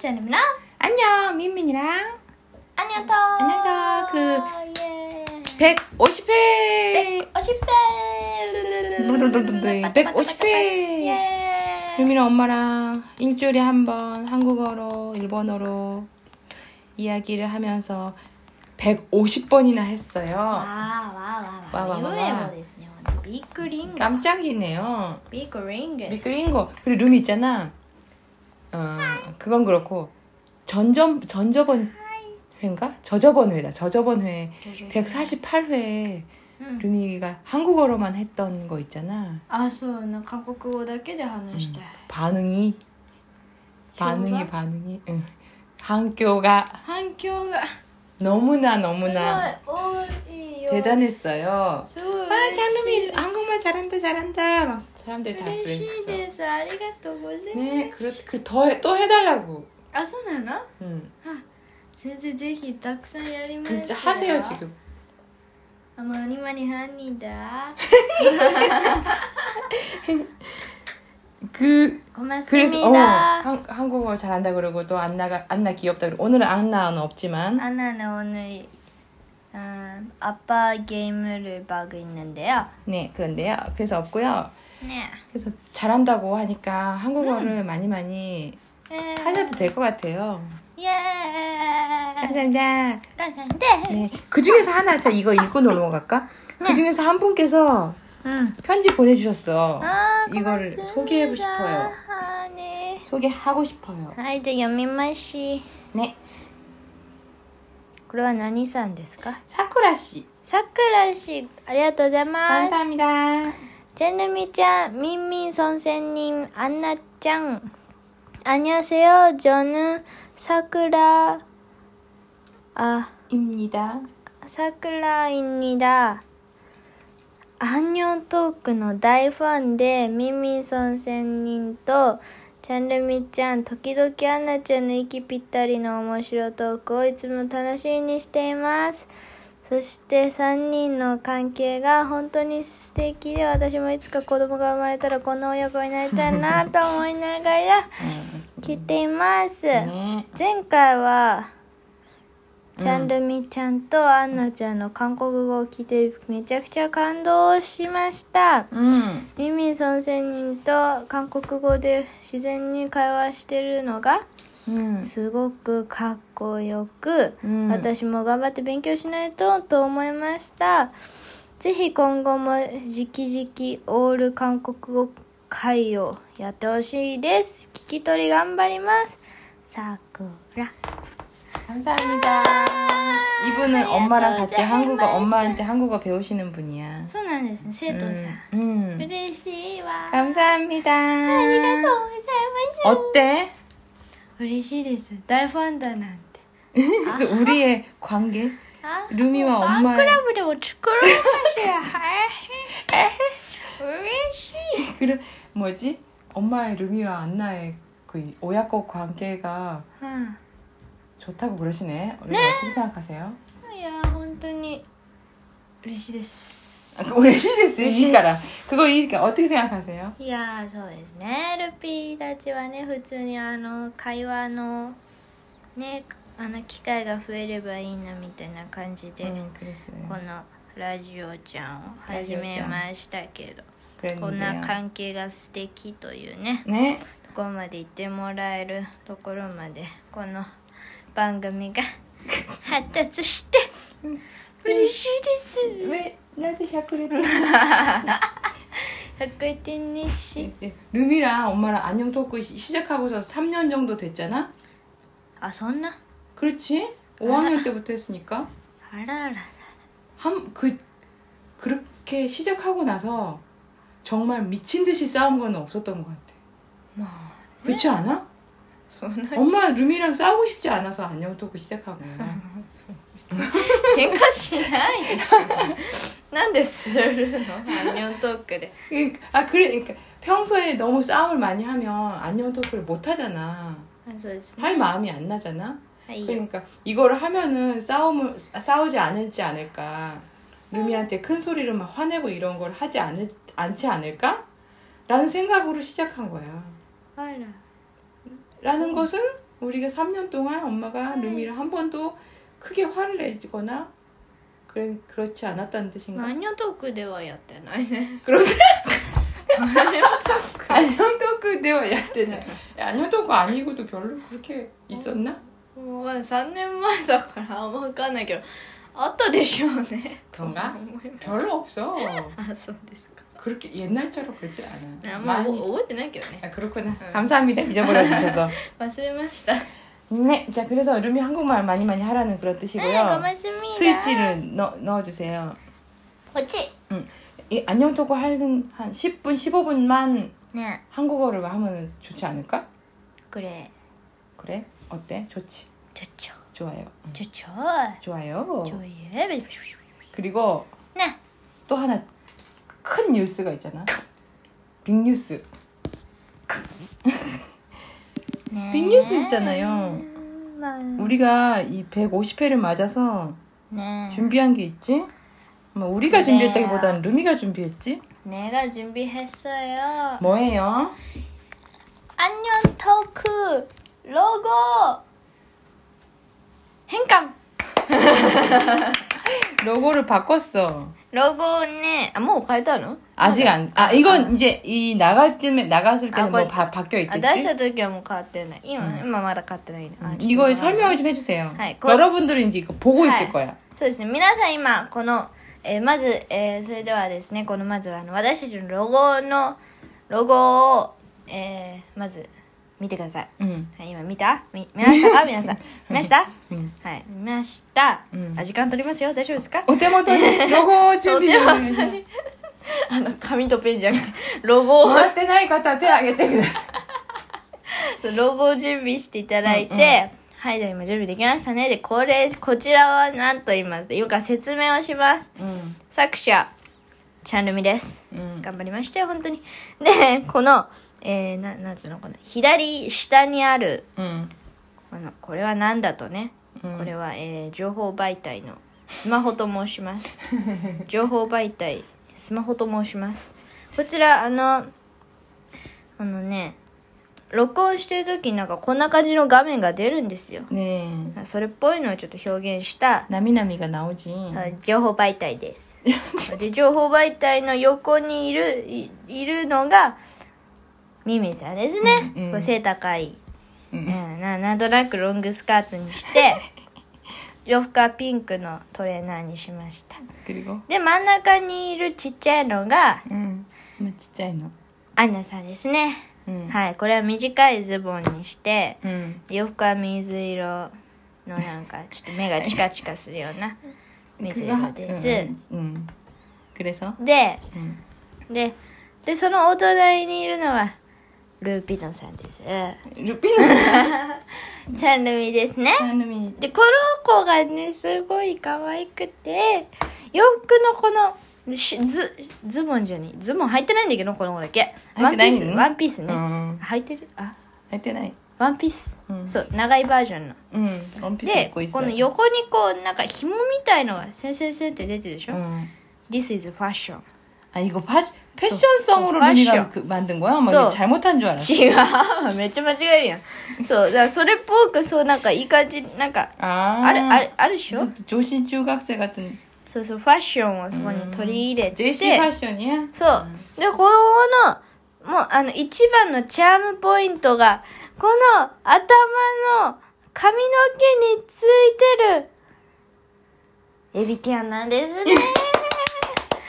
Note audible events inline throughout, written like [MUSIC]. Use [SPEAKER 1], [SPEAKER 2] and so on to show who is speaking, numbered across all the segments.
[SPEAKER 1] 채널입니다.
[SPEAKER 2] 안녕 민민이랑
[SPEAKER 1] 안녕터.
[SPEAKER 2] 안녕터. 그-
[SPEAKER 1] 예.
[SPEAKER 2] 150회 네,
[SPEAKER 1] 150회.
[SPEAKER 2] 150회.
[SPEAKER 1] 예.
[SPEAKER 2] 민민이 엄마랑 일주일에 한 번 한국어로 일본어로 이야기를 하면서 150번이나 했어요 와, 와, 와,
[SPEAKER 1] 와와와와.
[SPEAKER 2] 와.
[SPEAKER 1] 유행어 됐네요. 비그링.
[SPEAKER 2] 깜짝이네요
[SPEAKER 1] 비그링.
[SPEAKER 2] 미끌인 거 그리고 룸이 있잖아 어 그건 그렇고 전전 전저번 회인가 저저번 회다 저저번 회 148회
[SPEAKER 1] 음.
[SPEAKER 2] 룸이가 한국어로만 했던 거 있잖아
[SPEAKER 1] あ、そうな韓国語だけで
[SPEAKER 2] 음.
[SPEAKER 1] 話したい。
[SPEAKER 2] 반응이 반응이
[SPEAKER 1] 효과?
[SPEAKER 2] 반응이 응. 한교가
[SPEAKER 1] 反響が
[SPEAKER 2] 너무나 너무나
[SPEAKER 1] すごい多いよ。
[SPEAKER 2] 대단했어요.
[SPEAKER 1] すごい
[SPEAKER 2] 아,
[SPEAKER 1] 嬉しい
[SPEAKER 2] 장루미
[SPEAKER 1] です。
[SPEAKER 2] 한국말 잘한다 잘한다 막 사람들 다
[SPEAKER 1] 嬉しい
[SPEAKER 2] 그랬어.
[SPEAKER 1] です。ありがとうございます。
[SPEAKER 2] 네, 그렇 그더또 해달라고.
[SPEAKER 1] あ、そうなの？
[SPEAKER 2] 응.
[SPEAKER 1] 先生ぜひたくさんやりま
[SPEAKER 2] 진짜
[SPEAKER 1] す。
[SPEAKER 2] 하세요 지금.
[SPEAKER 1] あまにまにはにだ。
[SPEAKER 2] 그
[SPEAKER 1] ごめんす
[SPEAKER 2] 그래서
[SPEAKER 1] み
[SPEAKER 2] 어,
[SPEAKER 1] だ。
[SPEAKER 2] 한, 한국어 잘한다 그러고 또 안나가 안나 귀엽다 그러고 오늘은 안나는 없지만
[SPEAKER 1] アナのおぬい、うん、アッパーゲームルバグ있는데요。
[SPEAKER 2] 네 그런데요. 그래서 없고요.
[SPEAKER 1] ね
[SPEAKER 2] 그래서 잘한다고 하니까 한국어를 많이 많이
[SPEAKER 1] え。えー
[SPEAKER 2] 하셔도 될 것 같아요.
[SPEAKER 1] イエーイ。
[SPEAKER 2] 감사합니다.
[SPEAKER 1] 感謝です。
[SPEAKER 2] 네. 그 중에서 하나, 자, 이거 읽고 넘어갈까? 그 중에서 한 분께서
[SPEAKER 1] うん。
[SPEAKER 2] 편지 보내주셨어.
[SPEAKER 1] 아,
[SPEAKER 2] 이거를
[SPEAKER 1] 고맙습니다.
[SPEAKER 2] 소개해보고 싶어요.
[SPEAKER 1] 아, 네.
[SPEAKER 2] 소개하고 싶어요.
[SPEAKER 1] はい、じゃあ読みまし。
[SPEAKER 2] 네.
[SPEAKER 1] これは何さんですか
[SPEAKER 2] 사쿠라씨.
[SPEAKER 1] さくらし、ありがとうござい
[SPEAKER 2] 아,
[SPEAKER 1] ます。
[SPEAKER 2] 감사합니다.
[SPEAKER 1] 제누미 짱, 민민 선생님, 안나 짱. 안녕하세요. 저는 사쿠라 아,
[SPEAKER 2] 입니다.
[SPEAKER 1] 사쿠라입니다. 한영 토크의 大ファンで 민민 선생님と ャンルミちゃん、時々アンナちゃんの息ぴったりの面白トークをいつも楽しみにしています。そして3人の関係が本当に素敵で私もいつか子供が生まれたらこんな親子になりたいなと思いながら聞いています。
[SPEAKER 2] 네.
[SPEAKER 1] 前回は
[SPEAKER 2] うん
[SPEAKER 1] ちゃんるみちゃんとアンナちゃんの韓国語を聞いてめちゃくちゃ感動しました。
[SPEAKER 2] 음.
[SPEAKER 1] ミミ先生にと韓国語で自然に会話してるのが
[SPEAKER 2] 음.
[SPEAKER 1] すごくかっこよく、
[SPEAKER 2] 음.
[SPEAKER 1] 私も頑張って勉強しないとと思いました。ぜひ今後もじきじきオール韓国語会をやってほしいです。聞き取り頑張ります。さくら。
[SPEAKER 2] 감사합니다. 이분은 엄마랑 같이 한국어, 엄마한테 한국어 배우시는 분이야.
[SPEAKER 1] そうなんですね、生徒さ
[SPEAKER 2] 음.
[SPEAKER 1] ん。
[SPEAKER 2] 음.
[SPEAKER 1] 嬉しいわ。ありがとう
[SPEAKER 2] 아, 감사합니다.
[SPEAKER 1] ございます。
[SPEAKER 2] 어때?
[SPEAKER 1] 嬉しいです。大ファンだなんて。
[SPEAKER 2] 그 우리의 관계?
[SPEAKER 1] あ
[SPEAKER 2] 루미와
[SPEAKER 1] ファンク
[SPEAKER 2] 엄마의
[SPEAKER 1] ラブでも作ろうか
[SPEAKER 2] [LAUGHS]
[SPEAKER 1] しら。嬉しい。
[SPEAKER 2] 그런 뭐지? 엄마의 루미와 안나의 그 오야코 관계가
[SPEAKER 1] うん。
[SPEAKER 2] 좋다고 그러시네. 우리 어떻게 생각하세요?
[SPEAKER 1] いや本当に嬉しいです
[SPEAKER 2] 아, 그 우리 시대스
[SPEAKER 1] 우리
[SPEAKER 2] 이까라 그거 이까 어떻게 생각하세요?
[SPEAKER 1] いやーそうですねルピーたちはね普通にあの会話のねあの機会が増えればいいなみたいな感じで、
[SPEAKER 2] 음,
[SPEAKER 1] こ
[SPEAKER 2] 그랬어요.
[SPEAKER 1] のラジオちゃんを始めましたけどこんな
[SPEAKER 2] 그랬는데요.
[SPEAKER 1] 関係が素敵というね
[SPEAKER 2] 네,
[SPEAKER 1] ところまで行ってもらえるところまでこの番組が [LAUGHS] 発達して嬉しいです
[SPEAKER 2] 왜 나도 샤프를
[SPEAKER 1] 百点日誌
[SPEAKER 2] 루미랑 엄마랑 안녕 토크 시- 시작하고서 3년 정도 됐잖아.
[SPEAKER 1] あそんな
[SPEAKER 2] 그렇지? 5학년 때부터 했으니까
[SPEAKER 1] あらあら
[SPEAKER 2] 한 그 그렇게 시작하고 나서 정말 미친 듯이 싸운 건 없었던 것 같아.
[SPEAKER 1] まあ
[SPEAKER 2] 그렇지 않아?
[SPEAKER 1] そんな
[SPEAKER 2] 엄마 루미랑 싸우고 싶지 않아서 안녕 토크 시작하고.
[SPEAKER 1] 喧嘩しないでしょなんでするのアニオントークで
[SPEAKER 2] 그아 그래 그러니까 평소에 너무 싸움을 많이 하면 안녕 토크를 못 하잖아.
[SPEAKER 1] あそうです
[SPEAKER 2] 할
[SPEAKER 1] ね
[SPEAKER 2] 마음이 안 나잖아.
[SPEAKER 1] はいよ
[SPEAKER 2] 그러니까 이거를 하면은 싸움을 싸우지 않을지 않을까. 루미한테 큰 소리로 막 화내고 이런 걸 하지 않을 않지 않을까? 라는 생각으로 시작한 거야.
[SPEAKER 1] あら
[SPEAKER 2] 라는 것은 우리가 3년 동안 엄마가
[SPEAKER 1] 네.
[SPEAKER 2] 루미를 한 번도 크게 화를 내거나 그래, 그렇지 않았다는 뜻인가?
[SPEAKER 1] 何をトークではやってないね
[SPEAKER 2] 그런
[SPEAKER 1] 何をトーク
[SPEAKER 2] 안녕토크 대화 야 되나? 안녕토크 아니고도 별로 그렇게 있었나?
[SPEAKER 1] もう3年前だからあんま分かんないけどあったでしょうね
[SPEAKER 2] そうか
[SPEAKER 1] と思います
[SPEAKER 2] 별로 없어.
[SPEAKER 1] あそうですか
[SPEAKER 2] 그렇게 옛날처럼 그러지
[SPEAKER 1] あ
[SPEAKER 2] 네, 않아.
[SPEAKER 1] んま
[SPEAKER 2] 많이.
[SPEAKER 1] 覚えてないけどね
[SPEAKER 2] 아, 그렇구나.
[SPEAKER 1] 응.
[SPEAKER 2] 감사합니다. 잊어버려 [LAUGHS] 주셔서.
[SPEAKER 1] 忘れましたね
[SPEAKER 2] 네. 자, 그래서 루미 한국말 많이 많이 하라는 네, 그런
[SPEAKER 1] ご
[SPEAKER 2] 뜻이고요.
[SPEAKER 1] めんすみだ
[SPEAKER 2] 스위치를 넣, 넣어주세요.
[SPEAKER 1] こっち
[SPEAKER 2] 이 안녕토크 하는 한 10분, 15분만
[SPEAKER 1] ね
[SPEAKER 2] 한국어를 하면 좋지 않을까?
[SPEAKER 1] これ
[SPEAKER 2] 그래? 어때? 좋지.
[SPEAKER 1] ちょちょ
[SPEAKER 2] 좋아요. 응,
[SPEAKER 1] ちょちょ
[SPEAKER 2] 좋아요.
[SPEAKER 1] ちょいえべ
[SPEAKER 2] 그리고
[SPEAKER 1] 네.
[SPEAKER 2] 또 하나 큰 뉴스가 있잖아. 빅뉴스.
[SPEAKER 1] ね
[SPEAKER 2] 빅 뉴스 있잖아요.
[SPEAKER 1] まあ
[SPEAKER 2] 우리가 이 150회를 맞아서
[SPEAKER 1] ね
[SPEAKER 2] 준비한 게 있지? 아마 우리가
[SPEAKER 1] 네.
[SPEAKER 2] 준비했다기보다는 루미가 준비했지?
[SPEAKER 1] 내가 준비했어요.
[SPEAKER 2] 뭐예요?
[SPEAKER 1] 안녕 토크 로고 행감
[SPEAKER 2] 로고를 바꿨어.
[SPEAKER 1] 로고는 아, 뭐 가이다노?
[SPEAKER 2] 아직 안, 아, 이건 이제 이 나갈 쯤에, 나갔을 때는
[SPEAKER 1] 아,
[SPEAKER 2] 뭐
[SPEAKER 1] 뭐-
[SPEAKER 2] 바, 바뀌어 있겠지?
[SPEAKER 1] 出した時はもう変わってない。今、
[SPEAKER 2] うん
[SPEAKER 1] 今まだ変わってないね。あ
[SPEAKER 2] 음,
[SPEAKER 1] ちょっと
[SPEAKER 2] 이거 설명을 좀 해주세요.
[SPEAKER 1] 네, 그-
[SPEAKER 2] 여러분들은 이제 이거 아. 보고
[SPEAKER 1] 네.
[SPEAKER 2] 있을 거야.
[SPEAKER 1] そうですね。皆さん今、この、えーまず、えーそれではですね、このまずはあの、私たちのロゴの、ロゴを、えーまず、見てください。
[SPEAKER 2] 응.
[SPEAKER 1] はい、今見たみ見ま
[SPEAKER 2] [LAUGHS]
[SPEAKER 1] したか皆さん。見ました
[SPEAKER 2] 응.
[SPEAKER 1] はい、見ました。
[SPEAKER 2] うん
[SPEAKER 1] あ時間取りますよ。大丈夫ですか
[SPEAKER 2] 어, 오때모터니 [LAUGHS] 로고
[SPEAKER 1] と
[SPEAKER 2] 준비
[SPEAKER 1] ても本当にあの紙とペンじゃなくてロゴを
[SPEAKER 2] 어, 終わってない方は手挙げてください。 [LAUGHS]
[SPEAKER 1] ロゴを準備していただいて、
[SPEAKER 2] うんうん
[SPEAKER 1] はいじゃあ今準備できましたねでこれこちらは何と言います今から説明をします
[SPEAKER 2] 음,
[SPEAKER 1] 作者チャンルミです
[SPEAKER 2] 그러니까
[SPEAKER 1] 頑張りましたよ本当にでこのえー、ななんつうのこの左下にある
[SPEAKER 2] 음.
[SPEAKER 1] このこれは何だとね、これは、えー情報媒体のスマホと申します
[SPEAKER 2] [LAUGHS]
[SPEAKER 1] 情報媒体スマホと申しますこちらあのあのね録音してる時なんかこんな感じの画面が出るんですよそれっぽいのをちょっと表現した、
[SPEAKER 2] 네. ねえ、なみなみが나오지.
[SPEAKER 1] 情報媒体
[SPEAKER 2] [LAUGHS]
[SPEAKER 1] ですで情報媒体の横にいるいいるのがミミさんですね、
[SPEAKER 2] うんうん
[SPEAKER 1] こう背高い
[SPEAKER 2] 응.
[SPEAKER 1] うんななんとなくロングスカートにして洋服はピンクのトレーナーにしました
[SPEAKER 2] 그리고
[SPEAKER 1] で真ん中にいるちっちゃいのが
[SPEAKER 2] 응. 뭐 진짜 있노.
[SPEAKER 1] アンナさんですね
[SPEAKER 2] 응.
[SPEAKER 1] はいこれは短いズボンにして
[SPEAKER 2] 응.
[SPEAKER 1] 洋服は水色のなんかちょっと目がチカチカするような水
[SPEAKER 2] 그거
[SPEAKER 1] 色
[SPEAKER 2] 하-
[SPEAKER 1] で
[SPEAKER 2] 응,
[SPEAKER 1] す
[SPEAKER 2] 응. 그래서
[SPEAKER 1] で
[SPEAKER 2] 응.
[SPEAKER 1] ででそのお隣にいるのはルーピノさんですチ
[SPEAKER 2] [LAUGHS] 루피는
[SPEAKER 1] ャンルミですね
[SPEAKER 2] 사람이
[SPEAKER 1] でこの子がねすごい可愛くて洋服のこのしズズボンじゃねえズボン履いてないんだけどこの子だけワ
[SPEAKER 2] 履い
[SPEAKER 1] ンピー
[SPEAKER 2] てないの
[SPEAKER 1] スワンピースね、
[SPEAKER 2] 응.
[SPEAKER 1] 履いてるあ
[SPEAKER 2] 할때나이
[SPEAKER 1] ワンピース、
[SPEAKER 2] 응.
[SPEAKER 1] そう長いバージョンの
[SPEAKER 2] 응. 네, 원피스
[SPEAKER 1] で
[SPEAKER 2] 입고 있어.
[SPEAKER 1] この横にこうなんか紐みたいのがせんせんせんって出てるでしょ、
[SPEAKER 2] 응.
[SPEAKER 1] This is fashion
[SPEAKER 2] 아 이거 파, 패션성으로
[SPEAKER 1] 어,
[SPEAKER 2] 루미가
[SPEAKER 1] 패션.
[SPEAKER 2] 그, 만든 거야? 막
[SPEAKER 1] 저-
[SPEAKER 2] 잘못한 줄 알았어.
[SPEAKER 1] 違う [LAUGHS] めっちゃ間違えるやんそうだからそれっぽくそうなんかいい感じなんか
[SPEAKER 2] 아.
[SPEAKER 1] あるあるあるでしょ、
[SPEAKER 2] 조신 중학생 같은
[SPEAKER 1] そうそうファッションをそこに取り入れて
[SPEAKER 2] JC 패션이야?
[SPEAKER 1] そう。で、この、もう、あの、一番のチャームポイントが、この頭の髪の毛についてる、エビティアンなんです [LAUGHS] ね。このね、ピンチャーがめちゃく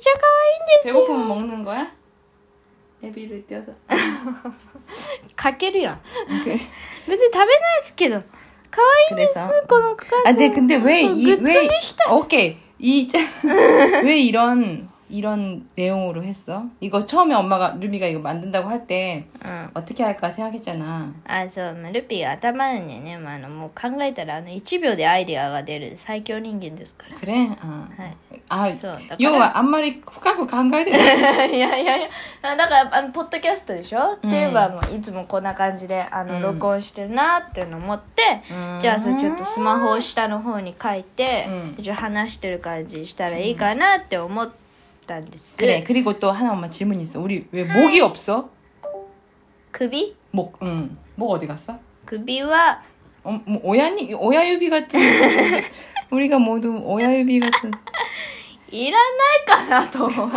[SPEAKER 1] ちゃ可愛いんですよ。
[SPEAKER 2] 배고프면 먹는 거야? 애비를 떼어서
[SPEAKER 1] かけるやん。
[SPEAKER 2] 그래.
[SPEAKER 1] [LAUGHS] 別に食べないですけど、可愛いんです
[SPEAKER 2] 그래서 、
[SPEAKER 1] この区間
[SPEAKER 2] 아, 네, 근데 왜, 이,
[SPEAKER 1] 그
[SPEAKER 2] 왜,
[SPEAKER 1] 찔리시다.
[SPEAKER 2] 오케이. 이, [LAUGHS] 왜 이런, 이런 내용으로 했어? 이거 처음에 엄마가, 루미가 이거 만든다고 할 때
[SPEAKER 1] うん。
[SPEAKER 2] 어떻게 할까 생각했잖아.
[SPEAKER 1] あそうまあルピーが頭にね、まあ、あのもう考えたらあの1秒でアイデアが出る最強人間ですから
[SPEAKER 2] 그래? 아.
[SPEAKER 1] 네.
[SPEAKER 2] 아,
[SPEAKER 1] そうだから
[SPEAKER 2] 요와 앞말이 후각을 간가야
[SPEAKER 1] [LAUGHS]
[SPEAKER 2] 돼.
[SPEAKER 1] いやいやいやあだからあのポッドキャストでしょ、って言えば
[SPEAKER 2] うん
[SPEAKER 1] もういつもこんな感じであの、
[SPEAKER 2] うん
[SPEAKER 1] 録音してるなっていうのを思って、
[SPEAKER 2] 음.
[SPEAKER 1] じゃあそれちょっとスマホを下の方に書いて、
[SPEAKER 2] うん
[SPEAKER 1] ちょっと話してる感じにしたらいいかなって思ったんです、
[SPEAKER 2] 그래, 그리고 또 하나 엄마 질문이 있어. 우리 왜 목이 없어?
[SPEAKER 1] 首
[SPEAKER 2] 목, 응. 목 어디 갔어?
[SPEAKER 1] 首は
[SPEAKER 2] 어, 뭐 오야니, 오야유비 같은. [LAUGHS] 우리가 모두 오야유비 같은.
[SPEAKER 1] いらないかなと思う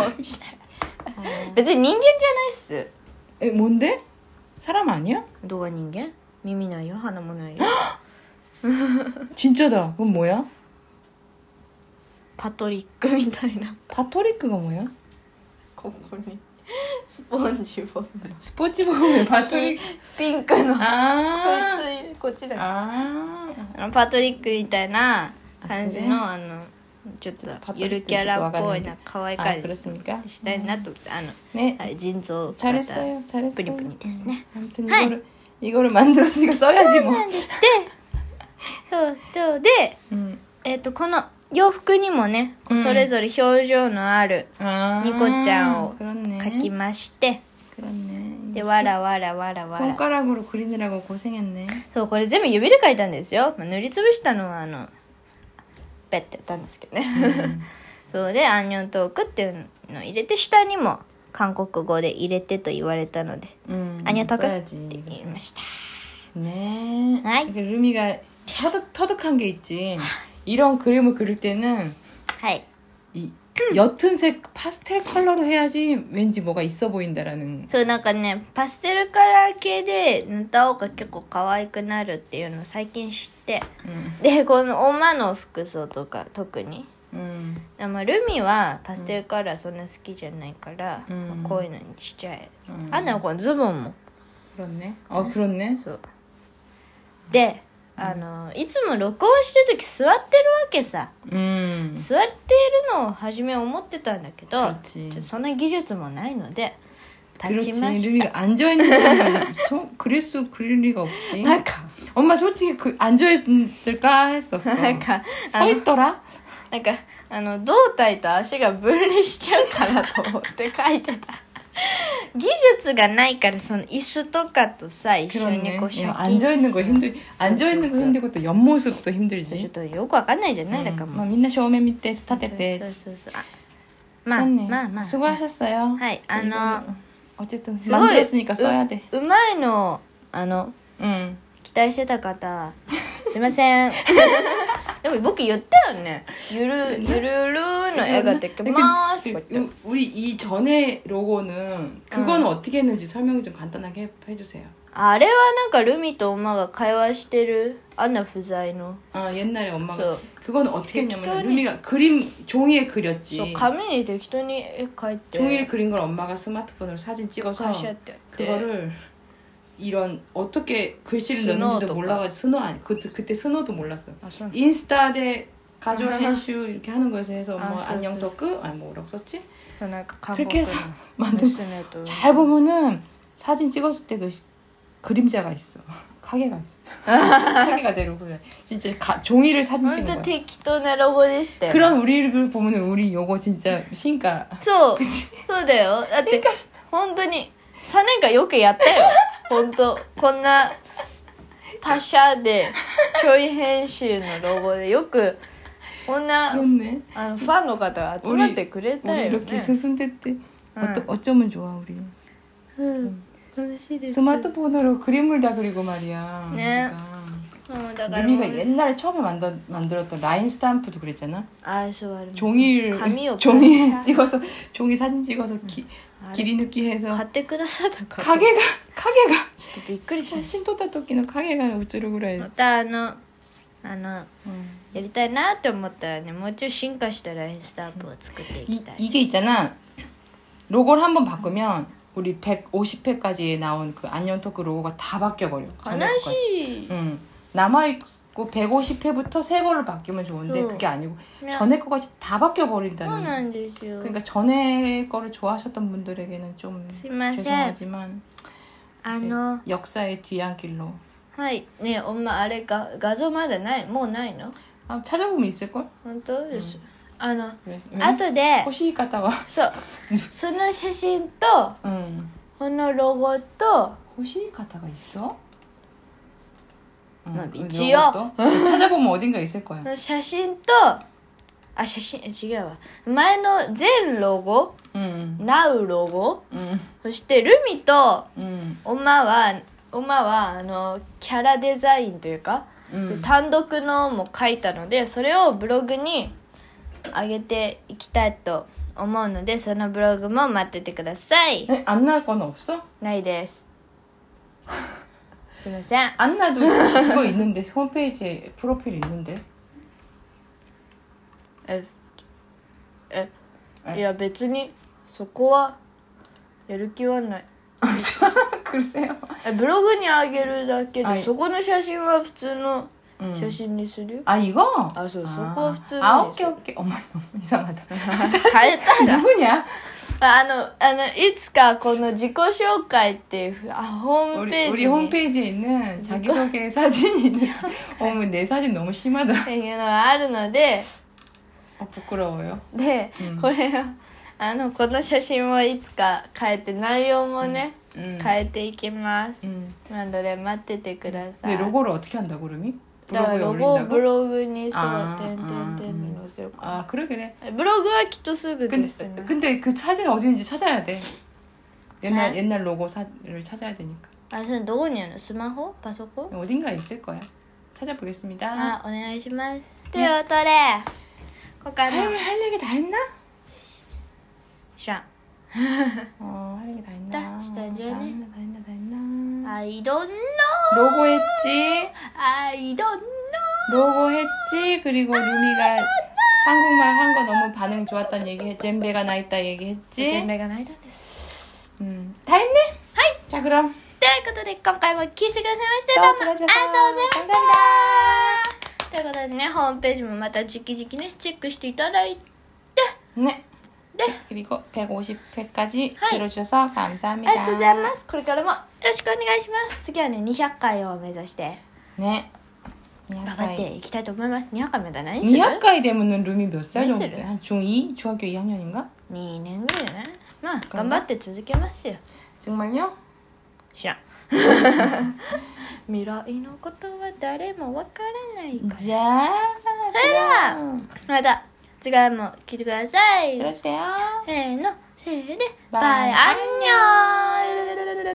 [SPEAKER 1] 別に人間じゃないっす
[SPEAKER 2] 에, 뭔데? 사람 아니야?
[SPEAKER 1] どこが人間耳ないよ鼻も
[SPEAKER 2] [LAUGHS]
[SPEAKER 1] ないよ
[SPEAKER 2] 진짜다. 그건 뭐야?
[SPEAKER 1] パトリックみたいな
[SPEAKER 2] 바토리크가 뭐야?
[SPEAKER 1] ここにスポンジを
[SPEAKER 2] 스포츠복은 바토리크.
[SPEAKER 1] ピンクのこ
[SPEAKER 2] 아.
[SPEAKER 1] いつこっちだよ
[SPEAKER 2] 아.
[SPEAKER 1] あのパトリックみたいな感じのあのちょっと
[SPEAKER 2] ちょっとパトリック
[SPEAKER 1] ゆるキャラっぽい
[SPEAKER 2] ちょ
[SPEAKER 1] な
[SPEAKER 2] っ
[SPEAKER 1] 可愛い
[SPEAKER 2] 아,
[SPEAKER 1] 感じ
[SPEAKER 2] 그렇습니까?
[SPEAKER 1] したいなと思ってあの、
[SPEAKER 2] 네.
[SPEAKER 1] はい、腎臓を使った
[SPEAKER 2] 잘했어요. 잘했어요.
[SPEAKER 1] 아, 뿌리뿌리 됐네.
[SPEAKER 2] 아무튼
[SPEAKER 1] 하이.
[SPEAKER 2] 이거를 이거를 만들었으니까 써야지
[SPEAKER 1] そう
[SPEAKER 2] 뭐
[SPEAKER 1] なんですでそうそうで
[SPEAKER 2] 음.
[SPEAKER 1] えっ、とこの洋服にもね
[SPEAKER 2] うん
[SPEAKER 1] それぞれ表情のある
[SPEAKER 2] 아,
[SPEAKER 1] 니코짱.
[SPEAKER 2] 그렇네.
[SPEAKER 1] 描きまして、
[SPEAKER 2] 그렇네.
[SPEAKER 1] でわらわらわらわら
[SPEAKER 2] 손가락으로 그리느라고 고생했네.
[SPEAKER 1] そうこれ全部指で描いたんですよ、まあ、塗りつぶしたのはあのペッてやったんですけどね、 [LAUGHS] そうで「アンニョントーク」っていうのを入れて下にも韓国語で入れてと言われたので
[SPEAKER 2] 음.
[SPEAKER 1] 안녕하다고.
[SPEAKER 2] 써야지.
[SPEAKER 1] 言いました
[SPEAKER 2] 네.
[SPEAKER 1] 아이.
[SPEAKER 2] 이게 루미가 터득 터득한 게 있지. 이런 그림을 그릴 때는
[SPEAKER 1] はい
[SPEAKER 2] 이 옅은 색 파스텔 컬러로 해야지 왠지 뭐가 있어 보인다라는.
[SPEAKER 1] そうなんかねパステルカラー系で塗った方が結構可愛くなるっていうのを最近知って
[SPEAKER 2] 음.
[SPEAKER 1] でこのオマの服装とか特に
[SPEAKER 2] 음.
[SPEAKER 1] でもルミはパステルカラーそんな好きじゃないから、
[SPEAKER 2] うん
[SPEAKER 1] まあこういうのにしちゃえ、
[SPEAKER 2] 음.
[SPEAKER 1] あんなこのズボンも
[SPEAKER 2] 그렇네. 어, 그렇네.
[SPEAKER 1] そうであのいつも録音してる時座ってるわけさ
[SPEAKER 2] 음.
[SPEAKER 1] 座ってるのを初め思ってたんだけどちょ
[SPEAKER 2] 그렇지.
[SPEAKER 1] っとそんな技術もないので立
[SPEAKER 2] 그렇지.
[SPEAKER 1] ちまし
[SPEAKER 2] 루미가 앉아 있는 사람이 손 그릴 수 그릴 리가
[SPEAKER 1] た
[SPEAKER 2] 없지.
[SPEAKER 1] なんか
[SPEAKER 2] 엄마 솔직히 그 앉아 있을까 [LAUGHS] 했었어.
[SPEAKER 1] なんかあ
[SPEAKER 2] 서
[SPEAKER 1] の
[SPEAKER 2] 있더라.
[SPEAKER 1] なんかあの胴体と足が分離しちゃうかなと思って書いてた [LAUGHS] 技術がないからその椅子とかとさ一緒に
[SPEAKER 2] 그렇네.
[SPEAKER 1] こうシ
[SPEAKER 2] 야,
[SPEAKER 1] ャキンと
[SPEAKER 2] 앉아 있는 거 힘들. 앉아 있는 거
[SPEAKER 1] 그러니까.
[SPEAKER 2] 힘들고 또 옆모습도
[SPEAKER 1] ちょっ
[SPEAKER 2] 힘들지.
[SPEAKER 1] とよくわかんないじゃない、だから
[SPEAKER 2] 음.
[SPEAKER 1] も
[SPEAKER 2] 막
[SPEAKER 1] う
[SPEAKER 2] 민나 쇼맨 밑에 스타트
[SPEAKER 1] そう
[SPEAKER 2] 때
[SPEAKER 1] そうそうあまあ
[SPEAKER 2] 맞네.
[SPEAKER 1] まあまあ
[SPEAKER 2] 수고하셨어요.
[SPEAKER 1] はいあ
[SPEAKER 2] 이거는
[SPEAKER 1] の
[SPEAKER 2] 어쨌든
[SPEAKER 1] 수고해.
[SPEAKER 2] 만들었으니까 써야 돼.
[SPEAKER 1] うまいのあの
[SPEAKER 2] 응.
[SPEAKER 1] 期待してた [LAUGHS] 方すいません [LAUGHS] でも僕言ったよねゆるゆるるの映画できますとか言って
[SPEAKER 2] 우리 이 전에 로고는 그건 어떻게 했는지 설명 좀 간단하게 해- 해주세요.
[SPEAKER 1] あれはなんかルミとオマが会話してるアナ不在の
[SPEAKER 2] 아 옛날에 엄마가
[SPEAKER 1] 그래서
[SPEAKER 2] 그건 어떻게 했냐면
[SPEAKER 1] 適当に-
[SPEAKER 2] 루미가 그림 종이에
[SPEAKER 1] そう
[SPEAKER 2] 그렸지.
[SPEAKER 1] 紙に適当に絵描いて
[SPEAKER 2] 종이를 그린 걸 엄마가 스마트폰으로 사진 찍어서
[SPEAKER 1] 会社ってやって
[SPEAKER 2] 그거를 이런 어떻게 글씨를
[SPEAKER 1] 스노우
[SPEAKER 2] 넣는지도
[SPEAKER 1] 또
[SPEAKER 2] 몰라가지고 스노 아니 그 그때 스노도 몰랐어.
[SPEAKER 1] あそうなん
[SPEAKER 2] 인스타에 가져라
[SPEAKER 1] 아하.
[SPEAKER 2] 해슈 이렇게 하는 거에서 해서
[SPEAKER 1] 아,
[SPEAKER 2] 뭐
[SPEAKER 1] 쓰-
[SPEAKER 2] 안녕
[SPEAKER 1] 쓰-
[SPEAKER 2] 덕크 아니 뭐라고 썼지?
[SPEAKER 1] そうなんか韓
[SPEAKER 2] 그렇게
[SPEAKER 1] 国の
[SPEAKER 2] 해서 [LAUGHS] 만든.
[SPEAKER 1] 娘と
[SPEAKER 2] 잘 보면은 사진 찍었을 때 그 그림자가 있어. [LAUGHS] 카게가 있어. [LAUGHS] 카게가 되는 거야. 진짜 가- 종이를 사진
[SPEAKER 1] 本
[SPEAKER 2] 찍은
[SPEAKER 1] 当
[SPEAKER 2] 거야.
[SPEAKER 1] 適当なロゴでしたよ
[SPEAKER 2] 그런 우리를 보면은 우리 요거 진짜 신가. [LAUGHS]
[SPEAKER 1] そう
[SPEAKER 2] 치
[SPEAKER 1] そうだよだって本当に3年間よくやったよ本当こんなパシャでちょい編集のロゴでよくこんな
[SPEAKER 2] 그렇네.
[SPEAKER 1] あのファンの方が集まってくれ
[SPEAKER 2] 우리
[SPEAKER 1] たよ
[SPEAKER 2] 아, 이렇게
[SPEAKER 1] ね
[SPEAKER 2] 스승대 때 어떠,
[SPEAKER 1] 응.
[SPEAKER 2] 어쩌면 좋아 우리
[SPEAKER 1] うん楽しいで
[SPEAKER 2] 네.
[SPEAKER 1] す
[SPEAKER 2] 스마트폰으로 그림을 다 그리고 말이야
[SPEAKER 1] 네.
[SPEAKER 2] 우리가.
[SPEAKER 1] うんだからもう
[SPEAKER 2] 루미가 옛날에 처음에 만들, 만들었던 라인 스탬프도 그랬잖아
[SPEAKER 1] あそうある
[SPEAKER 2] 종이를
[SPEAKER 1] 감이요,
[SPEAKER 2] 종이 [LAUGHS]
[SPEAKER 1] 감이.
[SPEAKER 2] 찍어서 종이 사진 찍어서 기,
[SPEAKER 1] あれ
[SPEAKER 2] 길이抜기
[SPEAKER 1] 買
[SPEAKER 2] 해서
[SPEAKER 1] ってくださったからちょ
[SPEAKER 2] 음. 가게가 가게가
[SPEAKER 1] っとびっくりしまし
[SPEAKER 2] 신토타 토끼는 가게가 우쭈르
[SPEAKER 1] たま
[SPEAKER 2] 그래
[SPEAKER 1] たあのあの
[SPEAKER 2] 응.
[SPEAKER 1] やりたいなって思ったらねもうちょい進化したラインスタンプを作っていき
[SPEAKER 2] 이,
[SPEAKER 1] たい
[SPEAKER 2] 이게 있잖아 로고를 한번 바꾸면 우리 150회까지 나온 그 안녕 토크 로고가 다 바뀌어 버려
[SPEAKER 1] 悲しい、
[SPEAKER 2] 응. 남아있고 150회부터 새 걸로 바뀌면 좋은데
[SPEAKER 1] 응.
[SPEAKER 2] 그게 아니고
[SPEAKER 1] ね
[SPEAKER 2] 전에 거까지 다
[SPEAKER 1] そう
[SPEAKER 2] 바뀌어
[SPEAKER 1] な
[SPEAKER 2] 버린다는
[SPEAKER 1] んですよ
[SPEAKER 2] 그러니까 전에 거를 좋아하셨던 분들에게는 좀
[SPEAKER 1] すいません
[SPEAKER 2] 죄송하지만
[SPEAKER 1] あの
[SPEAKER 2] 역사의 뒤안길로
[SPEAKER 1] はいねえおまあれか画像まだないもうないの
[SPEAKER 2] 아, 찾아보면 있을걸?
[SPEAKER 1] 本当です、あの
[SPEAKER 2] 왜?
[SPEAKER 1] 後で
[SPEAKER 2] 호시이카타가 [LAUGHS]
[SPEAKER 1] そうその写真と
[SPEAKER 2] 응.
[SPEAKER 1] このロゴと
[SPEAKER 2] 호시이카타가 있어? 응,
[SPEAKER 1] 아,
[SPEAKER 2] 그
[SPEAKER 1] 미치요.
[SPEAKER 2] 로봇도? 찾아보면 어딘가 있을 거야
[SPEAKER 1] この写真とあ写真え違うわ前の全ロゴ
[SPEAKER 2] うん
[SPEAKER 1] ナウロゴ
[SPEAKER 2] うん
[SPEAKER 1] そしてルミと
[SPEAKER 2] うん
[SPEAKER 1] オマはオマはあのキャラデザインというか、
[SPEAKER 2] うん
[SPEAKER 1] 単独のも書いたのでそれをブログに上げていきたいと思うのでそのブログも待っててください
[SPEAKER 2] 에 안나 건 없어?
[SPEAKER 1] ないですすいません
[SPEAKER 2] 안나도 그거 있는데 홈페이지에 프로필 있는데
[SPEAKER 1] ええいや別にそこはやる気はない
[SPEAKER 2] 아, [LAUGHS] 글쎄요
[SPEAKER 1] えブログに上げるだけ
[SPEAKER 2] はい
[SPEAKER 1] でそこの写真は普通の
[SPEAKER 2] 음.
[SPEAKER 1] 写真にするよ、
[SPEAKER 2] 아 이거?
[SPEAKER 1] 아, 저-
[SPEAKER 2] 아.
[SPEAKER 1] 저거 흡수는
[SPEAKER 2] 아 오케이
[SPEAKER 1] 있어요.
[SPEAKER 2] 오케이 엄마 [LAUGHS] 너무 이상하다
[SPEAKER 1] [LAUGHS] 変えたら
[SPEAKER 2] 누구냐?
[SPEAKER 1] ああのあのいつかこの自己紹介っていうあホーム
[SPEAKER 2] 우리,
[SPEAKER 1] ページに
[SPEAKER 2] 우리 홈페이지에 있는 자기소개 사진이 있는데 어머 내 사진 너무 심하다
[SPEAKER 1] っていうのがあるので
[SPEAKER 2] 아, 부끄러워요
[SPEAKER 1] で、
[SPEAKER 2] うん
[SPEAKER 1] これをあのこの写真もいつか変えて内容もね、
[SPEAKER 2] 음.
[SPEAKER 1] 変えていきます、
[SPEAKER 2] 음.
[SPEAKER 1] なので待っててくださ
[SPEAKER 2] 근데
[SPEAKER 1] い
[SPEAKER 2] 네, 로고를 어떻게 한다고 그러니?
[SPEAKER 1] だから
[SPEAKER 2] 아. 블로그에
[SPEAKER 1] ロゴを
[SPEAKER 2] 올린다고?
[SPEAKER 1] ブログにそう
[SPEAKER 2] あー
[SPEAKER 1] 点々点々載せようか
[SPEAKER 2] 아 그래 그래
[SPEAKER 1] ブログはきっとすぐですね
[SPEAKER 2] 근데, 근데 그 사진 어디 있는지 찾아야 돼 옛날
[SPEAKER 1] 네?
[SPEAKER 2] 옛날 로고 사진을 찾아야 되니까
[SPEAKER 1] あそれどこにあるのスマホパソコン
[SPEAKER 2] 어딘가 있을 거야 찾아보겠습니다
[SPEAKER 1] あお願いしますということで今回も
[SPEAKER 2] 할, 할 얘기 다 했나?
[SPEAKER 1] 知らん
[SPEAKER 2] 어할 얘기 다
[SPEAKER 1] 다
[SPEAKER 2] 했나?
[SPEAKER 1] 했다, 이제.
[SPEAKER 2] 다 했나 다 했나 다 했나
[SPEAKER 1] I don't know
[SPEAKER 2] 로고 했지
[SPEAKER 1] I don't know
[SPEAKER 2] 로고 했지 그리고 루미가 한국말 한 거 너무 반응 좋았던 얘기 했지 젬베가 나 있다 얘기
[SPEAKER 1] 全
[SPEAKER 2] 했지
[SPEAKER 1] 米が泣いたんです
[SPEAKER 2] 음, 다 했네? 하이! 자 그럼
[SPEAKER 1] ということで今回も聞いてくださいましてどう
[SPEAKER 2] どう
[SPEAKER 1] も
[SPEAKER 2] も
[SPEAKER 1] ありがとうございましたということでねホームページもまた直々ねチェックしていただいて
[SPEAKER 2] 네
[SPEAKER 1] で
[SPEAKER 2] 그리고 150회까지
[SPEAKER 1] 하이.
[SPEAKER 2] 들어주셔서
[SPEAKER 1] あり
[SPEAKER 2] 감사합니다
[SPEAKER 1] がとうございますこれからもよろしくお願いします次はね200回を目指して
[SPEAKER 2] 네
[SPEAKER 1] 頑張っていきたいと思います200回まだ何する
[SPEAKER 2] 2학과에 되면은 루미 몇 살
[SPEAKER 1] 몇
[SPEAKER 2] 정도 돼?
[SPEAKER 1] 살이야?
[SPEAKER 2] 한 중2? 중학교 2학년인가?
[SPEAKER 1] 2年ぐらいねまあ頑張って続けますよ
[SPEAKER 2] 정말요?
[SPEAKER 1] 知らん未来のことは誰もわからない
[SPEAKER 2] 음.
[SPEAKER 1] から
[SPEAKER 2] 자
[SPEAKER 1] 설마!
[SPEAKER 2] 그럼
[SPEAKER 1] また次回も聞いてください
[SPEAKER 2] 들어주세요
[SPEAKER 1] せーのせーで
[SPEAKER 2] バイ
[SPEAKER 1] バイアンニョン